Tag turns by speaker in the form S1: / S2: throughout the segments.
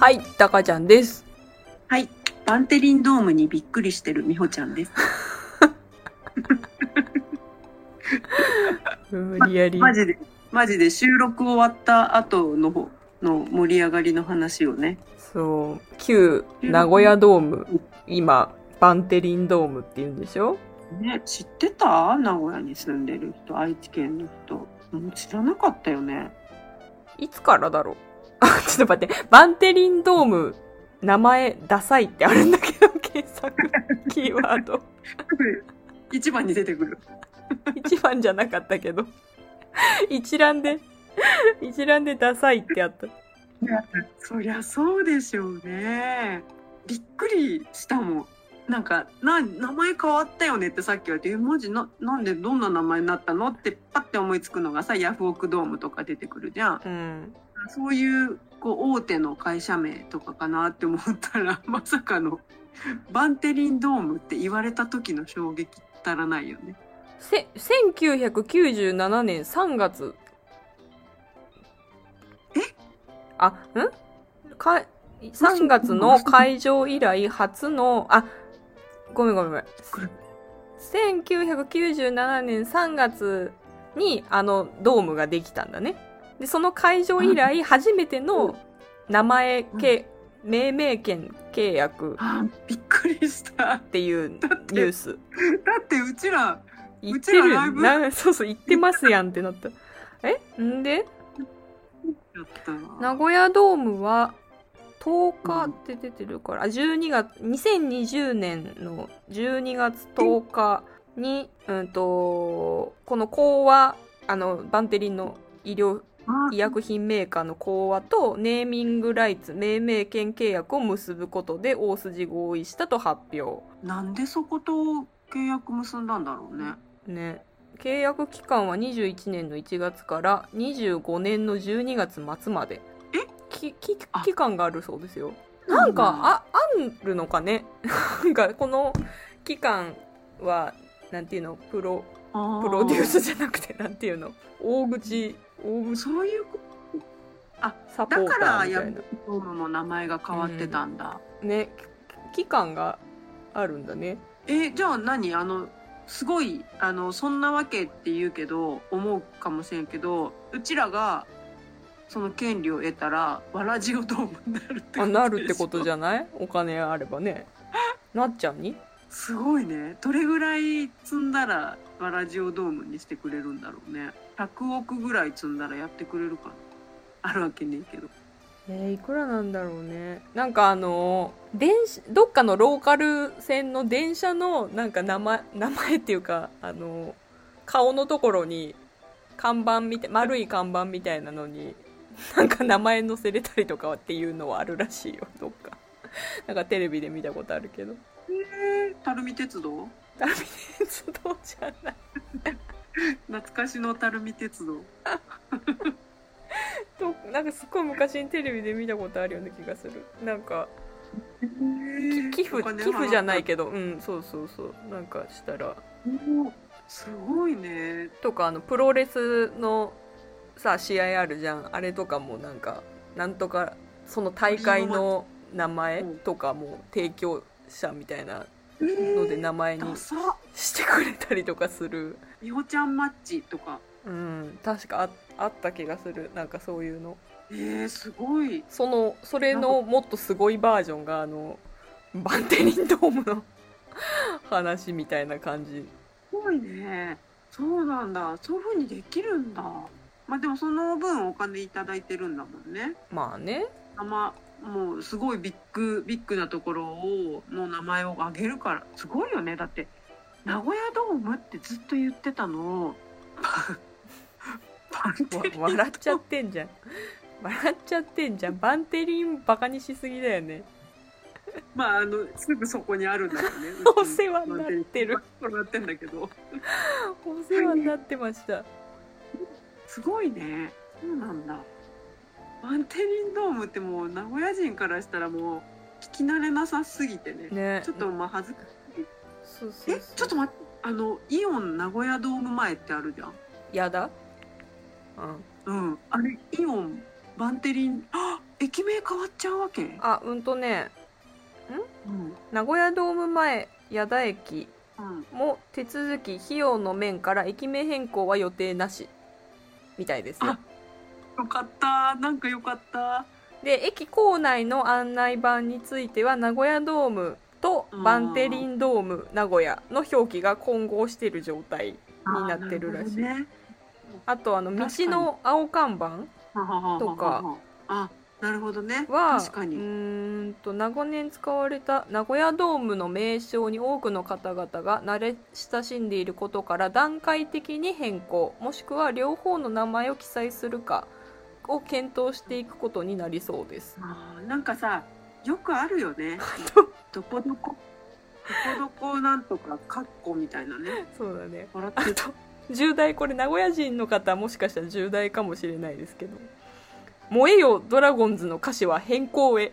S1: はい、たかちゃんです。
S2: はい。バンテリンドームにびっくりしてるみほちゃんです。
S1: 無理やり。
S2: マジで、マジで収録終わった後の方の盛り上がりの話をね。
S1: そう、旧名古屋ドーム、今、バンテリンドームって言うんでしょ
S2: ね、知ってた名古屋に住んでる人、愛知県の人。もう知らなかったよね。
S1: いつからだろう ちょっと待って、バンテリンドーム、名前ダサいってあるんだけど、検索、キーワード。
S2: 一番に出てくる。
S1: 一番じゃなかったけど。一覧で、一覧でダサいってあった。
S2: そりゃそうでしょうね。びっくりしたもん。なんか、な、名前変わったよねってさっき言われて、え、マジな、なんでどんな名前になったのってパッて思いつくのがさ、ヤフオクドームとか出てくるじゃん。
S1: うん。
S2: そういう、こう、大手の会社名とかかなって思ったら、 まさかの、バンテリンドームって言われた時の衝撃足らないよね。
S1: せ、1997年3月。
S2: え
S1: あ、んか、3月の会場以来初の、あ、ごめんごめんごめん。1997年3月にあのドームができたんだね。で、その会場以来初めて
S2: う
S1: の
S2: ん
S1: 名前け、命名権契約
S2: あ、びっくりした。
S1: っていうニ
S2: って
S1: ュース。
S2: だってうちら、
S1: 言っ
S2: う
S1: て
S2: ちら
S1: る
S2: ライブ
S1: な そうそう言ってますやんってなった えんで
S2: やったな。
S1: 名古屋ドームは10日って出てるから、あ12月2020年の12月10日に、うん、とこの講和あのバンテリンの医療
S2: あ
S1: 医薬品メーカーの講和とネーミングライツ命名権契約を結ぶことで大筋合意したと発表
S2: なんでそこと契約結んだんだろうね。
S1: ね契約期間は21年の1月から25年の12月末まで
S2: え
S1: きき
S2: あ
S1: 期間があるそうですよなんか、ああるのかね なんかこの期間はなんていうのプロ
S2: あ
S1: プロデュースじゃなくてなんていうの大口大口
S2: そういうこ
S1: サポ
S2: と
S1: ー
S2: だか
S1: タ
S2: ら
S1: ーみ
S2: ヤ
S1: た
S2: フ
S1: いな
S2: オクドームも名前が変わってたんだ、
S1: ねき期間があるんだね
S2: えじゃあ何あのすごいあのそんなわけって言うけど思うかもしれんけどうちらがその権利を得たらわらじおドームになるってこと
S1: あなるってことじ
S2: ゃ
S1: ゃないお金あればねなっちゃんに
S2: すごいねどれぐらい積んだらわらじおドームにしてくれるんだろうね100億ぐらい積んだらやってくれるかなあるわけねえけど
S1: えーいくらなんだろうねなんかあのー電車どっかのローカル線の電車のなんか名前名前っていうかあのー顔のところに看板みたい丸い看板みたいなのになんか名前載せれたりとかっていうのはあるらしいよどっかなんかテレビで見たことあるけど
S2: えー、垂水鉄道
S1: 旅鉄道じゃない
S2: 懐かしの垂水鉄道
S1: となんかすっごい昔にテレビで見たことあるような気がするなんかき寄付寄付じゃない
S2: ど。
S1: けどうんそうそうそうなんかしたら
S2: おすごいね。
S1: とかあのプロレスのさ試合あるじゃんあれとかもなんかなんとかその大会の名前とかも提供者みたいな
S2: え
S1: ので名前に
S2: ダサ。
S1: してくれたりとかする、
S2: みほちゃんマッチとか。
S1: うん、確かああった気がするなんかそういうの
S2: えー、すごい。
S1: そのそれのもっとすごいバージョンがあのバンテリンドームの話みたいな感じ
S2: すごいね。そうなんだ。そういう風にできるんだ。まあでもその分お金いただいてるんだもんね。
S1: まあね
S2: 名前もうすごいビッグビッグなところをの名前を挙げるからすごいよねだって名古屋ドームってずっと言ってたのをパンパン
S1: わ
S2: テリン
S1: 笑っちゃってんじゃん笑っちゃってんじゃんバンテリンバカにしすぎだよね
S2: まああのすぐそこにあるんだよね
S1: お世話になってる
S2: お世話になってんだけど
S1: お世話になってました
S2: すごいねそうなんだバンテリンドームってもう名古屋人からしたらもう聞き慣れなさすぎてね
S1: ね
S2: ちょっとまあ恥ずか
S1: そうそうそう
S2: えちょっと待ってあのイオン名古屋ドーム前ってあるじゃん
S1: やだうん
S2: うん、あれイオンバンテリンあ駅名変わっちゃうわけ、
S1: あうんとね
S2: うん
S1: 名古屋ドーム前矢田駅
S2: うん、
S1: も手続き費用の面から駅名変更は予定なしみたいですよ
S2: あよかったなんかよかった
S1: で駅構内の案内板については名古屋ドームとバンテリンドーム名古屋の表記が混合している状態になってるらしい
S2: あーなる
S1: あとあの道
S2: 確かに
S1: の青看板
S2: ほどねははははは
S1: とか
S2: あなるほどね
S1: は
S2: 確かに
S1: うーんと長年使われた名古屋ドームの名称に多くの方々が慣れ親しんでいることから段階的に変更もしくは両方の名前を記載するかを検討していくことになりそうです
S2: あーなんかさよくあるよねどこどこどこどこなんとかカッコみたいなね
S1: そうだね
S2: 笑
S1: あ
S2: って
S1: と10代これ名古屋人の方もしかしたら10代かもしれないですけど「燃えよドラゴンズ」の歌詞は変更 へ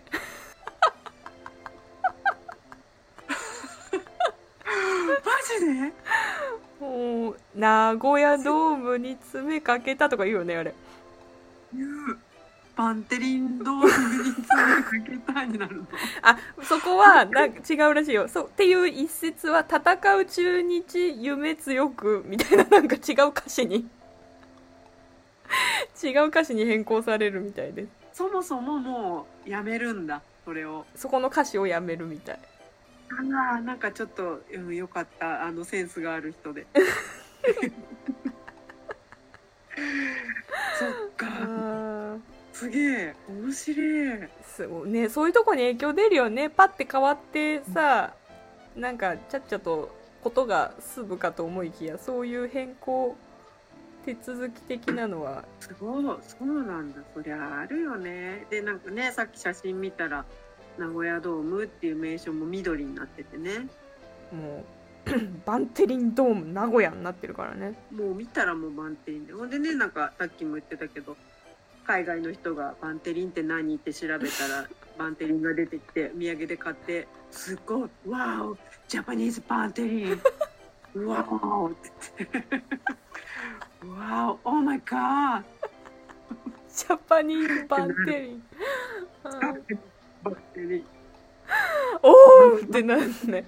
S2: マジで
S1: もう名古屋ドームに詰めかけたとか言うよねあれ
S2: 言うバンテリンドームに詰めかけたいになるの
S1: あそこはなんか違うらしいよそうっていう一節は「戦う中日夢強く」みたいななんか違う歌詞に違う歌詞に変更されるみたいで
S2: そもそももうやめるんだそれを
S1: すそこの歌詞をやめるみたい
S2: ああなんかちょっと、うん、よかったあのセンスがある人で そっか
S1: あ
S2: すげえ面白い
S1: すごいねそういうとこに影響出るよねパッて変わってさなんかちゃっちゃとことが済むかと思いきやそういう変更手続き的なのは
S2: すごいそうなんだそりゃあるよねでなんかねさっき写真見たら名古屋ドームっていう名称も緑になっててね
S1: もう バンテリンドーム名古屋になってるからね
S2: もう見たらもうバンテリンでほんでねなんかさっきも言ってたけど海外の人が「バンテリンって何?」って調べたらバンテリンが出てきて土産で買って「すごいわおジャパニーズバンテリンうわお!」って 言って「わおオーマイガー!」
S1: ジャパニーズバンテリンうん
S2: バンテリン
S1: おーってなんね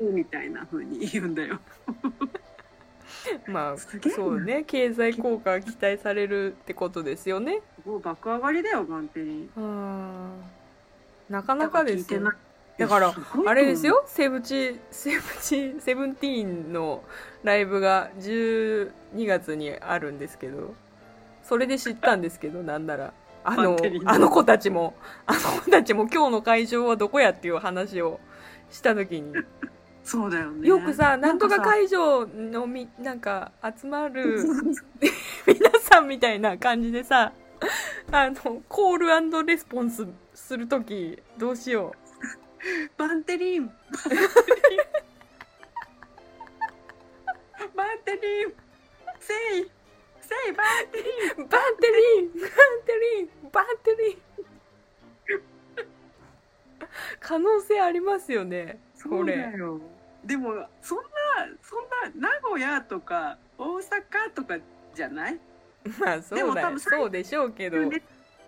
S2: みたいな風に言うんだよ。
S1: まあ
S2: すげえな
S1: そうね経済効果が期待されるってことですよね
S2: もう爆上がりだよバンテリン。
S1: うんなかなかですよ
S2: 聞いてない
S1: だから
S2: すごいと思う
S1: あれです。よセブチセブチセブンティーンのライブが12月にあるんですけどそれで知ったんですけどなんならあ
S2: バ
S1: の
S2: ンテリンの
S1: あの子たちもあの子たちも今日の会場はどこやっていう話をした時に
S2: そうだよね。
S1: よくさなんとか
S2: さ
S1: 会場のみなんか集ま る皆さんみたいな感じでさあのコールレスポンスする時どうしよう。
S2: バンテリン。バンテリン。せい。せいバンテリン。
S1: バンテリンバンテリンバンテリン可能性ありますよねこ
S2: そうだ
S1: れ
S2: よ。でもそんなそんな名古屋とか大阪とかじゃない？
S1: まあそ
S2: で
S1: う
S2: も
S1: だ
S2: 多
S1: よ
S2: 分
S1: そうでしょうけど
S2: で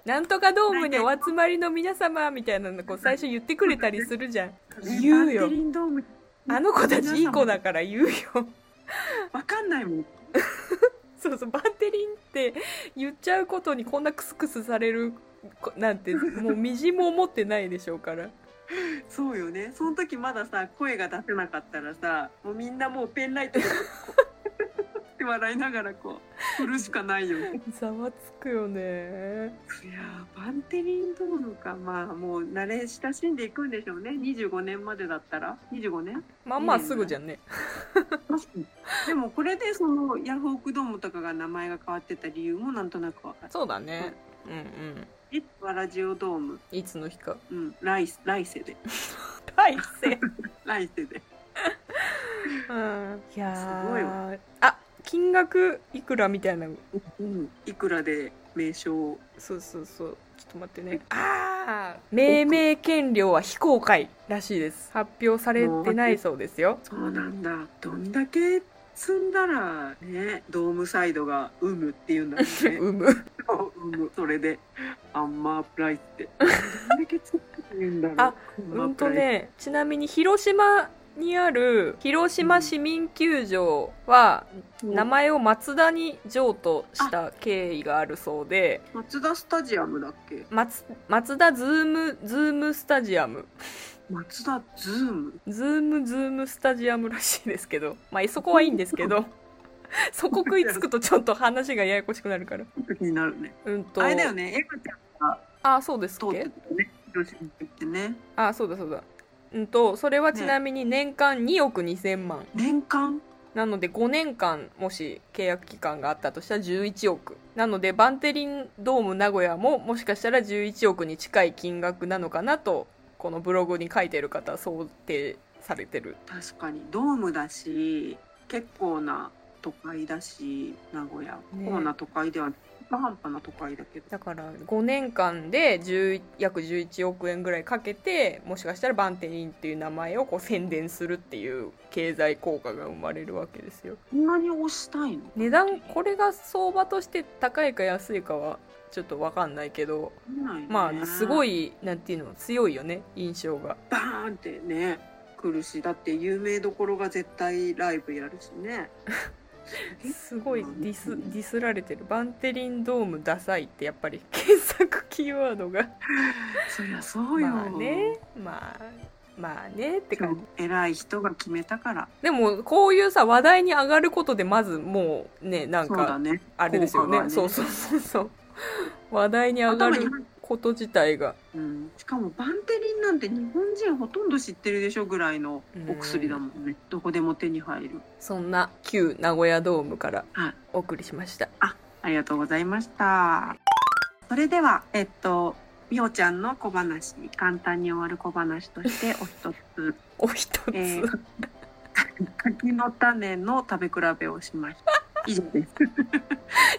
S1: なんとかドームにお集まりの皆様みたいなのこう最初言ってくれたりするじゃん言う
S2: バ
S1: よ
S2: ンテリンドーム。
S1: あの子たちいい子だから言うよ
S2: わかんないもん。
S1: そうそうバンテリンって言っちゃうことにこんなクスクスされるこなんてもうみじも思ってないでしょうから
S2: そうよね。その時まださ、声が出せなかったらさ、もうみんなもうペンライトで。こうって笑いながらこう、振るしかないよね。
S1: ざわつくよね
S2: いやー、バンテリンドームか、まあ、もう慣れ親しんでいくんでしょうね。25年までだったら、25年。
S1: まあまあすぐじゃんね
S2: でも、これで、そのヤフオクドームとかが名前が変わってた理由もなんとなくわかる。
S1: そうだねうんうん
S2: え、わらジオドーム、
S1: いつの日か。
S2: うん、来世、来世で、
S1: 大 勢。
S2: 来世で。
S1: うん。いやー
S2: すごいわ。
S1: あ、金額いくらみたいな。
S2: うん、いくらで名称を。
S1: そうそうそう。ちょっと待ってね。ああ、命名権料は非公開らしいです。発表されてないそうですよ。
S2: そうなんだ。どんだけ積んだら ね、ドームサイドが生むっていうんだろうね。
S1: うむ。
S2: 生む。それで、アンマープライスって。どんだけ作ってるんだろう。
S1: あ
S2: アンマ
S1: う
S2: ー
S1: ん
S2: プ
S1: と
S2: ライス。
S1: ねちなみに広島にある広島市民球場は名前を松田に譲渡した経緯があるそうで
S2: 松田スタジアムだっけ
S1: 松松田ズームズームスタジアム
S2: 松田ズーム
S1: ズームズームスタジアムらしいですけどまあそこはいいんですけど そこ食いつくとちょっと話がややこしくなるから
S2: 気になるね。
S1: うんと
S2: あれだよね、エマちゃん
S1: あそうですっ
S2: 通っ
S1: け
S2: てたよね。広島行ってね。
S1: あそうだそうだうんとそれはちなみに年間2億2000万、
S2: 年間
S1: なので5年間もし契約期間があったとしたら11億なのでバンテリンドーム名古屋ももしかしたら11億に近い金額なのかなとこのブログに書いてる方は想定されてる
S2: 確かにドームだし結構な都会だし名古屋
S1: ね
S2: 結構な都会では中途半端な都会だけど
S1: だから5年間で10約11億円ぐらいかけてもしかしたらバンテリンっていう名前をこう宣伝するっていう経済効果が生まれるわけですよ
S2: こんなに推したいの
S1: 値段これが相場として高いか安いかはちょっと分かんないけど
S2: ないね
S1: まあすごいなんていうの強いよね印象が
S2: バーンってね来るしだって有名どころが絶対ライブやるしね
S1: すごいディス
S2: うん
S1: ディスられてるバンテリンドームダサいってやっぱり 検索キーワードが
S2: そりゃそうよ、
S1: まあねまあまあねって
S2: そう
S1: 感じ
S2: 偉い人が決めたから
S1: でもこういうさ話題に上がることでまずもうねなん
S2: そうだ
S1: か
S2: ね
S1: あれですよね
S2: 効果がね
S1: そうそうそうそう話題に上が
S2: 頭に
S1: る
S2: 入っ
S1: こと自体が
S2: うん、しかもバンテリンなんて日本人ほとんど知ってるでしょぐらいのお薬だもんねどこでも手に入る
S1: そんな旧名古屋ドームから
S2: はい
S1: お送りしました
S2: ありがとうございました。それでは、えっと、みおちゃんの小話、簡単に終わる小話としてお一つ、
S1: お一つ、
S2: えー、柿の種の食べ比べをしました。 以上です。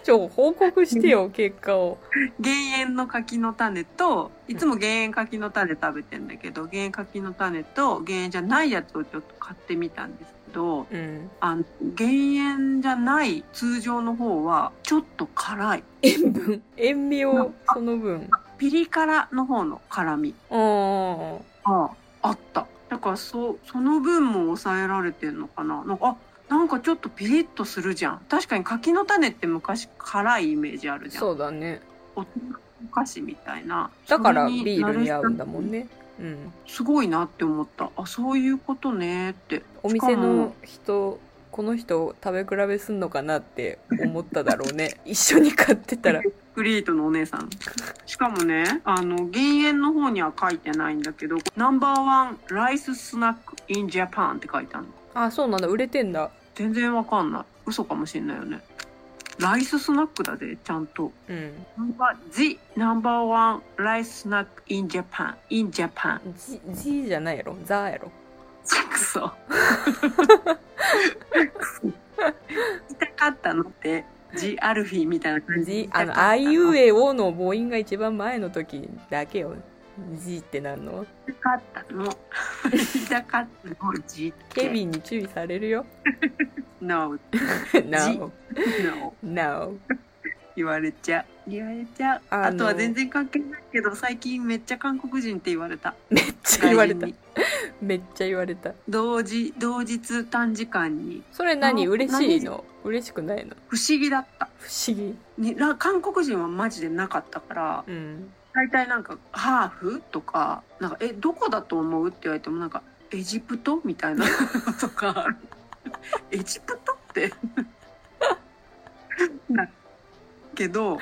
S1: ちょ報告してよ結果を
S2: 減塩の柿の種と、いつも減塩柿の種食べてんだけど、減塩柿の種と減塩じゃないやつをちょっと買ってみたんですけど、
S1: うん、
S2: あの、減塩じゃない通常の方は、ちょっと辛い。
S1: 塩分塩味をその分
S2: ピリ辛の方の辛み。
S1: あ
S2: ああっただからそうその分も抑えられてんのかななんかあなんかちょっとピリッとするじゃん確かに柿の種って昔辛いイメージあるじゃん
S1: そうだね
S2: お菓子みたいな
S1: だから
S2: それに
S1: ビールに合うんだもん
S2: 慣れ
S1: ねうん
S2: 親しんすごいなって思ったあそういうことねって
S1: お
S2: し
S1: 店
S2: かも
S1: の人この人食べ比べすんのかなって思っただろう ね一緒に買ってたら
S2: クリートのお姉さんしかもねあの減塩の方には書いてないんだけどナンバーワンライススナックインジャパンって書いてあるの
S1: あそうなんだ売れてんだ
S2: 全然わかんない嘘かもしんないよねライススナックだぜちゃんと
S1: うん
S2: ナンバー The number one rice snack in Japan in Japan
S1: じじじゃないやろザやろ
S2: くそ痛かったのってジアルフィーみたいな感じ
S1: じあの「あいうえお」の母音が一番前の時だけよじってなんの
S2: 痛かった の痛かったのジって
S1: ケビンに注意されるよ
S2: No
S1: No
S2: No
S1: No
S2: 言われちゃう言われちゃう
S1: あの
S2: あとは全然関係ないけど最近めっちゃ韓国人って言われた
S1: めっち ゃ言われた
S2: 外人に
S1: めっちゃ言われた
S2: 同時同日短時間に
S1: それ何
S2: あ
S1: 嬉しいの嬉しくないの
S2: 不思議だった
S1: 不思議
S2: にら韓国人はマジでなかったから
S1: うん
S2: 大体なんか「ハーフ?」とか「なんかえどこだと思う?」って言われてもなんか「エジプト?」みたいなとか「エジプト?」ってなけど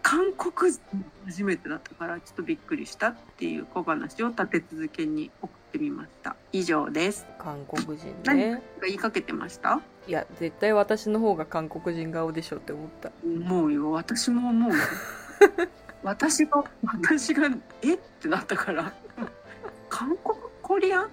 S2: 韓国人初めてだったからちょっとびっくりしたっていう小話を立て続けに送ってみました以上です
S1: 韓国人
S2: 何
S1: ね
S2: 言いかけてました
S1: いや絶対私の方が韓国人顔でしょって思った
S2: 思うよ私も思うよ私が私がえってなったから韓国コリアン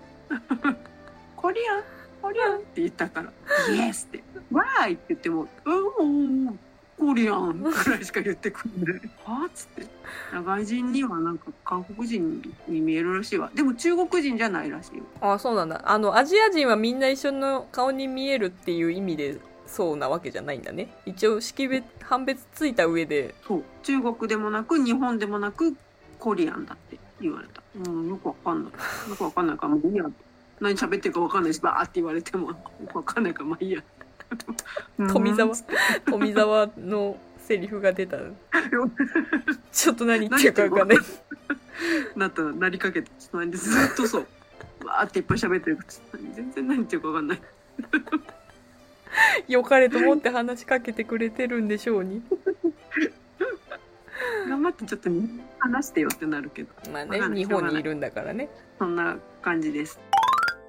S2: コリアンコリアンって言ったから「イエス」って「わーい」って言っても「うんうんコリアン」くらいしか言ってくんない「はあ」っつって外人にはなんか韓国人に見えるらしいわでも中国人じゃないらしいよ
S1: あそうなんだあのアジア人はみんな一緒の顔に見えるっていう意味でそうなわけじゃないんだね一応識別判別ついた上で
S2: そう中国でもなく日本でもなくコリアンだって言われた、うん、よくわかんないよくわかんないからもういいや何喋ってるかわかんないしバーって言われてもよくわかんないからまあいいや
S1: 富澤
S2: うん
S1: 富澤のセリフが 出たちょっと何言ってるかわかんない
S2: なったらなりかけてちょっと何でずっとそうわーっていっぱい喋ってるからちょっと何全然何言ってるかわかんない
S1: 良かれと思って話しかけてくれてるんでしょうに
S2: 頑張ってちょっと話してよってなるけど
S1: まあ
S2: わ
S1: ね
S2: かんない
S1: 日本にいるんだからね
S2: そんな感じです。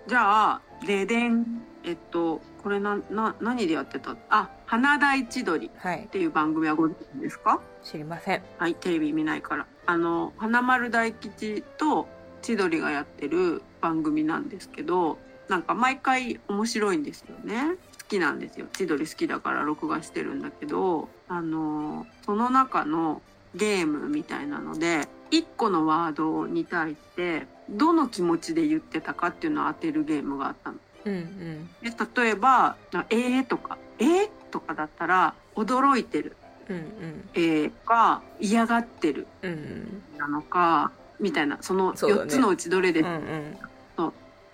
S2: じゃあ、ででん。えっと、これな、な、何でやってたあ、花大千鳥っ
S1: はい
S2: ていう番組はご存知ですか
S1: 知りません
S2: はい、テレビ見ないから。あの、花丸大吉と千鳥がやってる番組なんですけど、なんか毎回面白いんですよね。好きなんですよ。千鳥好きだから録画してるんだけど、あの、その中のゲームみたいなので、一個のワードに対して、どの気持ちで言ってたかっていうのを当てるゲームがあったの。
S1: うんうん
S2: で例えば、なえーとか、えーとかだったら、驚いてる、
S1: うんうん
S2: えーか、嫌がってる、
S1: うんうん
S2: なのかみたいなその
S1: そうだ
S2: 4
S1: ね
S2: つのうちどれで
S1: う
S2: すか、
S1: ん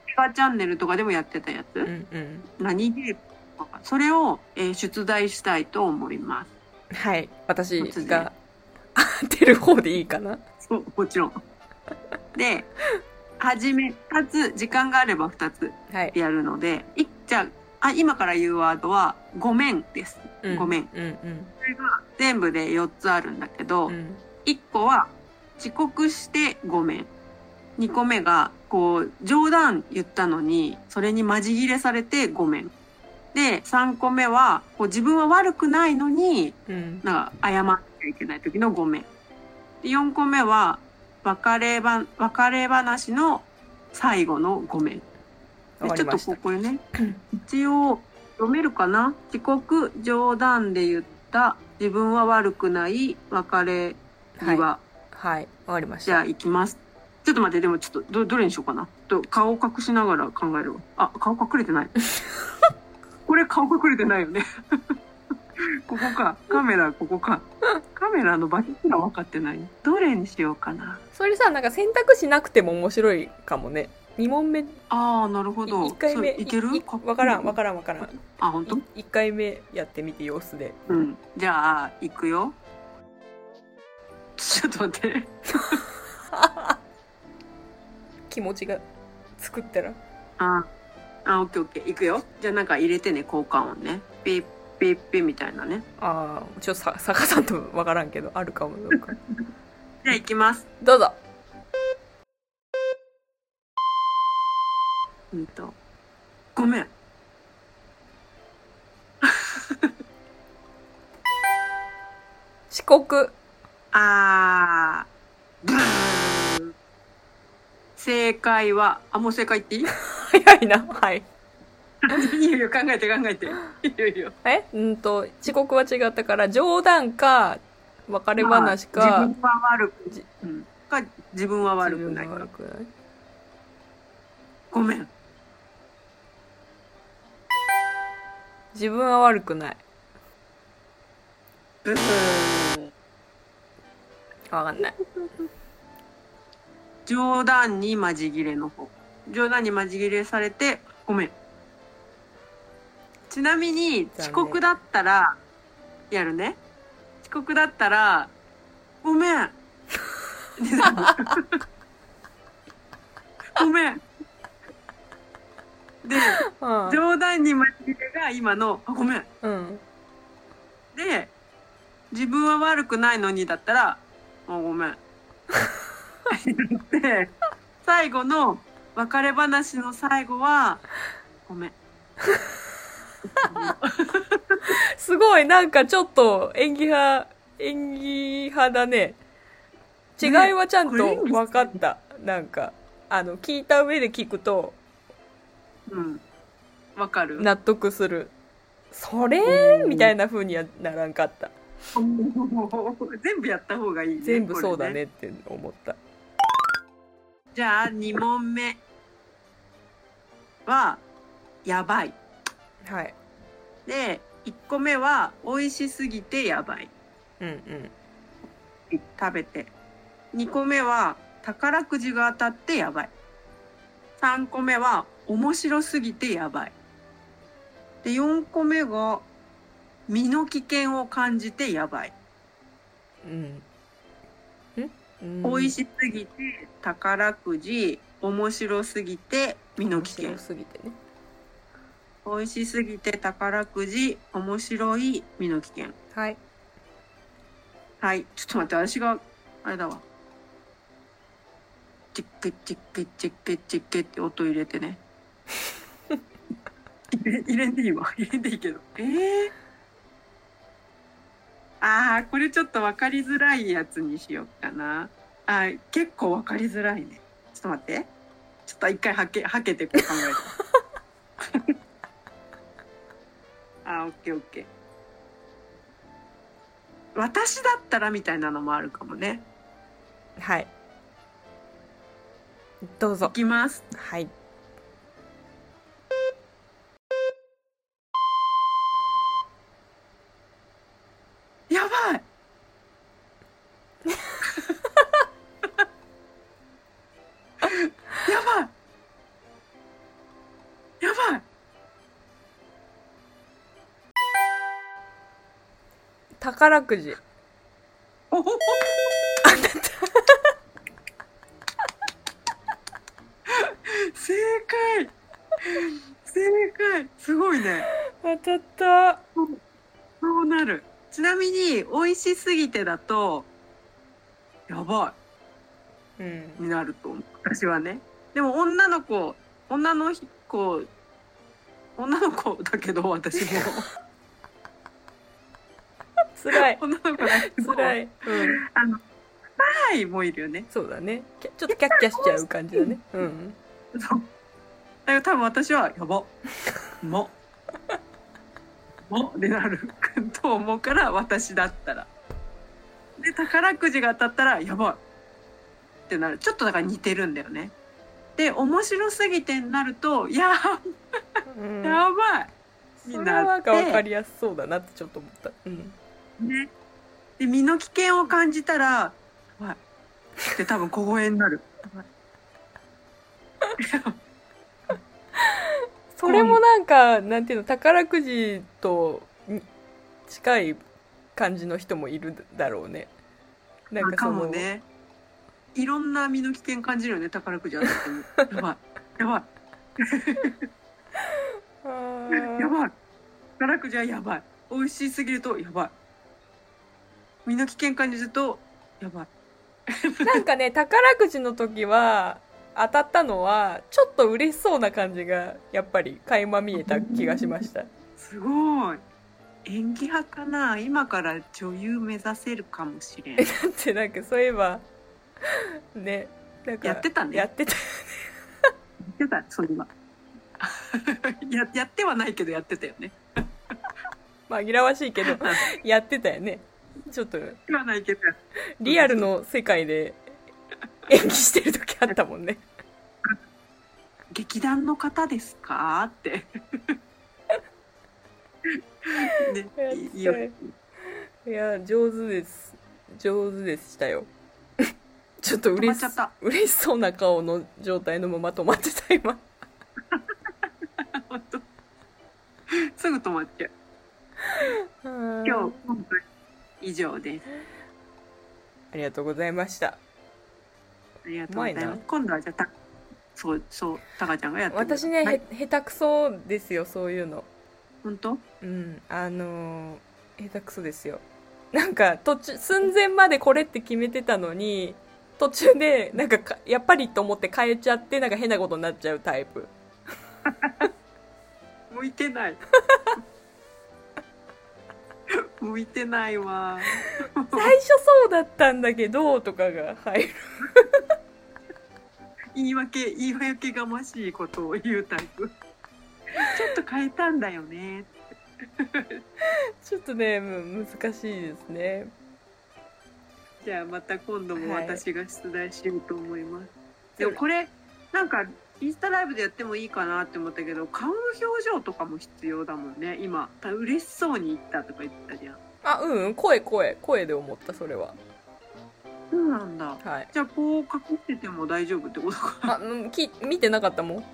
S2: ピカチャンネルとかでもやってたやつ、
S1: うんうんうん
S2: 何ゲームとかそれを、えー出題したいと思いま
S1: はい私
S2: 突然
S1: が当てる方でいいかな
S2: す そうもちろんで初め2つ時間があれば2つ
S1: はい、
S2: やるのでいじゃああ今から言うワードは「ごめん」です
S1: う
S2: ごめん
S1: うんうん
S2: 全部で4つあるんだけど、
S1: うん
S2: 1個は遅刻してごめん。2個目が、こう、冗談言ったのに、それにまじ切れされてごめん。で、3個目は、こう自分は悪くないのに、
S1: うん
S2: なんか謝っちゃいけない時のごめん。で、4個目は、別れば、別れ話の最後のごめん。
S1: わ
S2: で
S1: かり
S2: ちょっと
S1: ました
S2: ここれね一応読めるかな遅刻冗談で言った自分は悪くない別れ際、
S1: はいはいわかりまし
S2: じゃ
S1: た
S2: あ行きますちょっと待ってでもちょっとどどれにしようかなと顔を隠しながら考えるわあ顔隠れてない これ顔隠れてないよね ここかカメラここかカメラの場所すら分かってないどれにしようかな
S1: それさなんか選択肢なくても面白いかもね2問目い
S2: ああなるほど
S1: 1回目
S2: それいける
S1: いいわからんわ
S2: らん
S1: からんわからん
S2: あ本当
S1: 1回目やってみて様子で
S2: うん、じゃあ行くよちょっと待って
S1: 気持ちが作ったら
S2: ああオッケーオッケー行くよじゃあなんか入れてね交換音ねピッピッピッみたいなね
S1: ああちょっとさ逆さんとわからんけどあるかもどうか
S2: じゃあ行きます
S1: どうぞ
S2: うんとごめん
S1: 遅刻
S2: あーブー正解はあもう正解言っていい
S1: 早いなはい
S2: いいよいいよ考えて考えていいよいいよ
S1: えうんと遅刻は違ったから冗談か別れ話か、
S2: まあ自分は悪く
S1: じ、
S2: うん、か自分は悪くな
S1: 自
S2: い
S1: 分が
S2: か
S1: 悪くない
S2: ごめん
S1: 自分は悪くない
S2: ブー
S1: わかん ない
S2: 冗談にまじ切れの方冗談にまじ切れされてごめんちなみに
S1: 残念
S2: 遅刻だったらやるね遅刻だったらごめんごめん で
S1: う
S2: 冗談にまじ切れが今のあごめん
S1: ん、うん、
S2: で自分は悪くないのにだったら「あごめん」で最後の別れ話の最後は「ごめん
S1: すごいなんかちょっと演技派演技派だね違いはちゃん
S2: ねこれ演
S1: と
S2: 技
S1: 分かったなんかあの聞いた上で聞くと」
S2: うんわかる
S1: 納得するそれみたいな風にはならんかった
S2: 全部やった方がいい、ね、
S1: 全部そうだ
S2: こ
S1: ね
S2: れ
S1: って思った
S2: じゃあ2問目は「やばい
S1: はい」
S2: で1個目は美味しすぎてやばい
S1: うんうん
S2: 食べて2個目は宝くじが当たってやばい3個目は面白すぎてやばいで4個目が身の危険を感じてやばい
S1: うんうん
S2: 美味
S1: い
S2: しすぎて宝くじ面白すぎて身の危険
S1: 面白すぎてね
S2: 美味しすぎて宝くじ面白い身の危険
S1: はい
S2: はいちょっと待って私があれだわチッケチッケチッケチッケって音入れてね 入れ入れんでいいわ 入れんでいいけどえー、あーこれちょっと分かりづらいやつにしようかなあー結構分かりづらいねちょっと待ってちょっと一回はけはけてこう考えて あーオッケーオッケー私だったらみたいなのもあるかもね。
S1: はいどう
S2: い
S1: ぞ
S2: きます。
S1: はい
S2: やばい。 やばい。やばい。
S1: 宝くじ
S2: おほほ正解。正解。すごいね。
S1: 当たった
S2: そうなる。ちなみに、美味しすぎてだと、やばい。
S1: うん
S2: になると思う私はねでも女の子女の子女の子だけど私も
S1: つら い
S2: 女の子だけど
S1: つらい、うん、
S2: あのはいもいるよね
S1: そうだねきゃちょっとキャッキャしちゃう感じだねうん
S2: そうだから多分私はやばももでなると思うから私だったらで宝くじが当たったらやばいってなるちょっとだから似てるんだよねで面白すぎてになるとや
S1: うん
S2: やばい
S1: それはなんか分かりやすそうだなってちょっと思ったうん
S2: ね。で身の危険を感じたら、やばい。で多分小声になる。
S1: それもなんかなんていうの宝くじとに近い感じの人もいるだろうねなんか
S2: か
S1: そ
S2: も
S1: の
S2: ね。いろんな身の危険感じるよね宝くじ当たって も。やばい。やば
S1: あ
S2: い。
S1: ー
S2: やばい。宝くじはやばい。美味しすぎるとやばい。身の危険感じるとやばい。
S1: なんかね宝くじの時は当たったのはちょっと嬉しそうな感じがやっぱり垣間見えた気がしました
S2: すごい。演技派かな今から女優目指せるかもし れん。
S1: だってなんかそういえばねなんか
S2: やってたね
S1: やってた
S2: やってたそれは ややってはないけどやってたよね
S1: 紛らわしいけど
S2: やっ
S1: やってたよねちょっと
S2: てはないけど
S1: リアルの世界で演技してる時あったもんね
S2: 劇団の方ですかって ね
S1: やって
S2: いいよ
S1: たよいや上手です上手でしたよ ちょっと
S2: 止ま
S1: 嬉
S2: っ
S1: し
S2: ちゃった
S1: 嬉しそうな顔の状態のまま止まってた今
S2: 本当すぐ止まっちゃう
S1: 今
S2: 今日今回以上です
S1: ありがとうございました
S2: ありがとうございう
S1: ま
S2: ま
S1: い
S2: す
S1: な
S2: 今度はじゃあたそうそうたかちゃんがやって
S1: 私ね、
S2: はい
S1: へ下手くそですよそういうの
S2: 本当
S1: うんあのー下手くそですよなんか途中寸前までこれって決めてたのに途中でなんかかやっぱりと思って変えちゃってなんか変なことになっちゃうタイプ
S2: 向いて ない向いてないわ
S1: 最初そうだったんだけどとかが入る
S2: 言い訳言い訳がましいことを言うタイプちょっと変えたんだよね
S1: ちょっとねむ難しいですね
S2: じゃあまた今度も
S1: はい
S2: 私が出題しようと思います、
S1: そ
S2: で
S1: れ
S2: もこれなんかインスタライブでやってもいいかなって思ったけど顔の表情とかも必要だもんね今た嬉しそうに言ったとか言ったじゃん
S1: あうんうん声声声で思ったそれは
S2: そうなんだ
S1: はい
S2: じゃあこう隠してても大丈夫ってことか
S1: あうんき見てなかったもん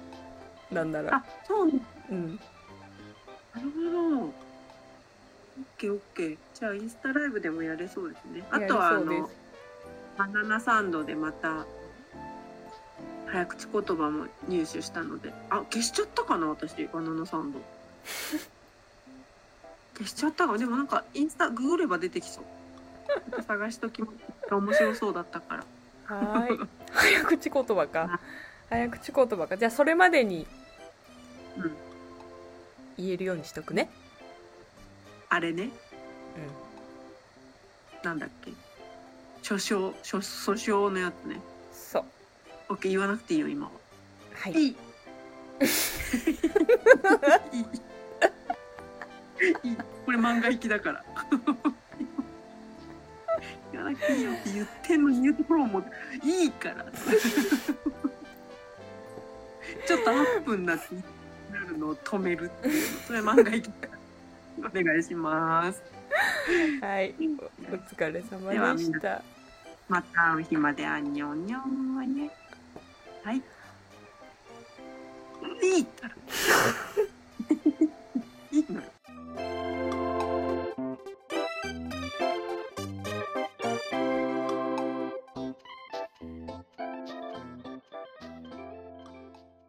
S1: なんなら
S2: あそうなんだ
S1: うん
S2: なるほどオッケーオッケーじゃあインスタライブでもやれそうですねあとはあ
S1: やりそうで
S2: の
S1: す
S2: バナナサンドでまた早口言葉も入手したのであ消しちゃったかな私バナナサンド 消しちゃったかでもなんかインスタググれば出てきそうちょっと探しときます面白そうだったから
S1: は ーい早口言葉か早口言葉かじゃあそれまでに
S2: うん
S1: 言えるようにしとくね
S2: あれね
S1: うん
S2: なんだっけ訴訟訴訴訟のやつね
S1: そう
S2: オッケー言わなくていいよ今は
S1: はい
S2: いいいいいいこれ漫画行きだから言わなくていいよって言ってんのに言うところもいいからちょっとアップになってなるのを止めるっていうのそれ漫画行きだからお願いします
S1: はいお疲れ
S2: では
S1: 様で
S2: みん
S1: し
S2: な
S1: た
S2: また会う日まであんにょんにょんはねはい いいからいいのよ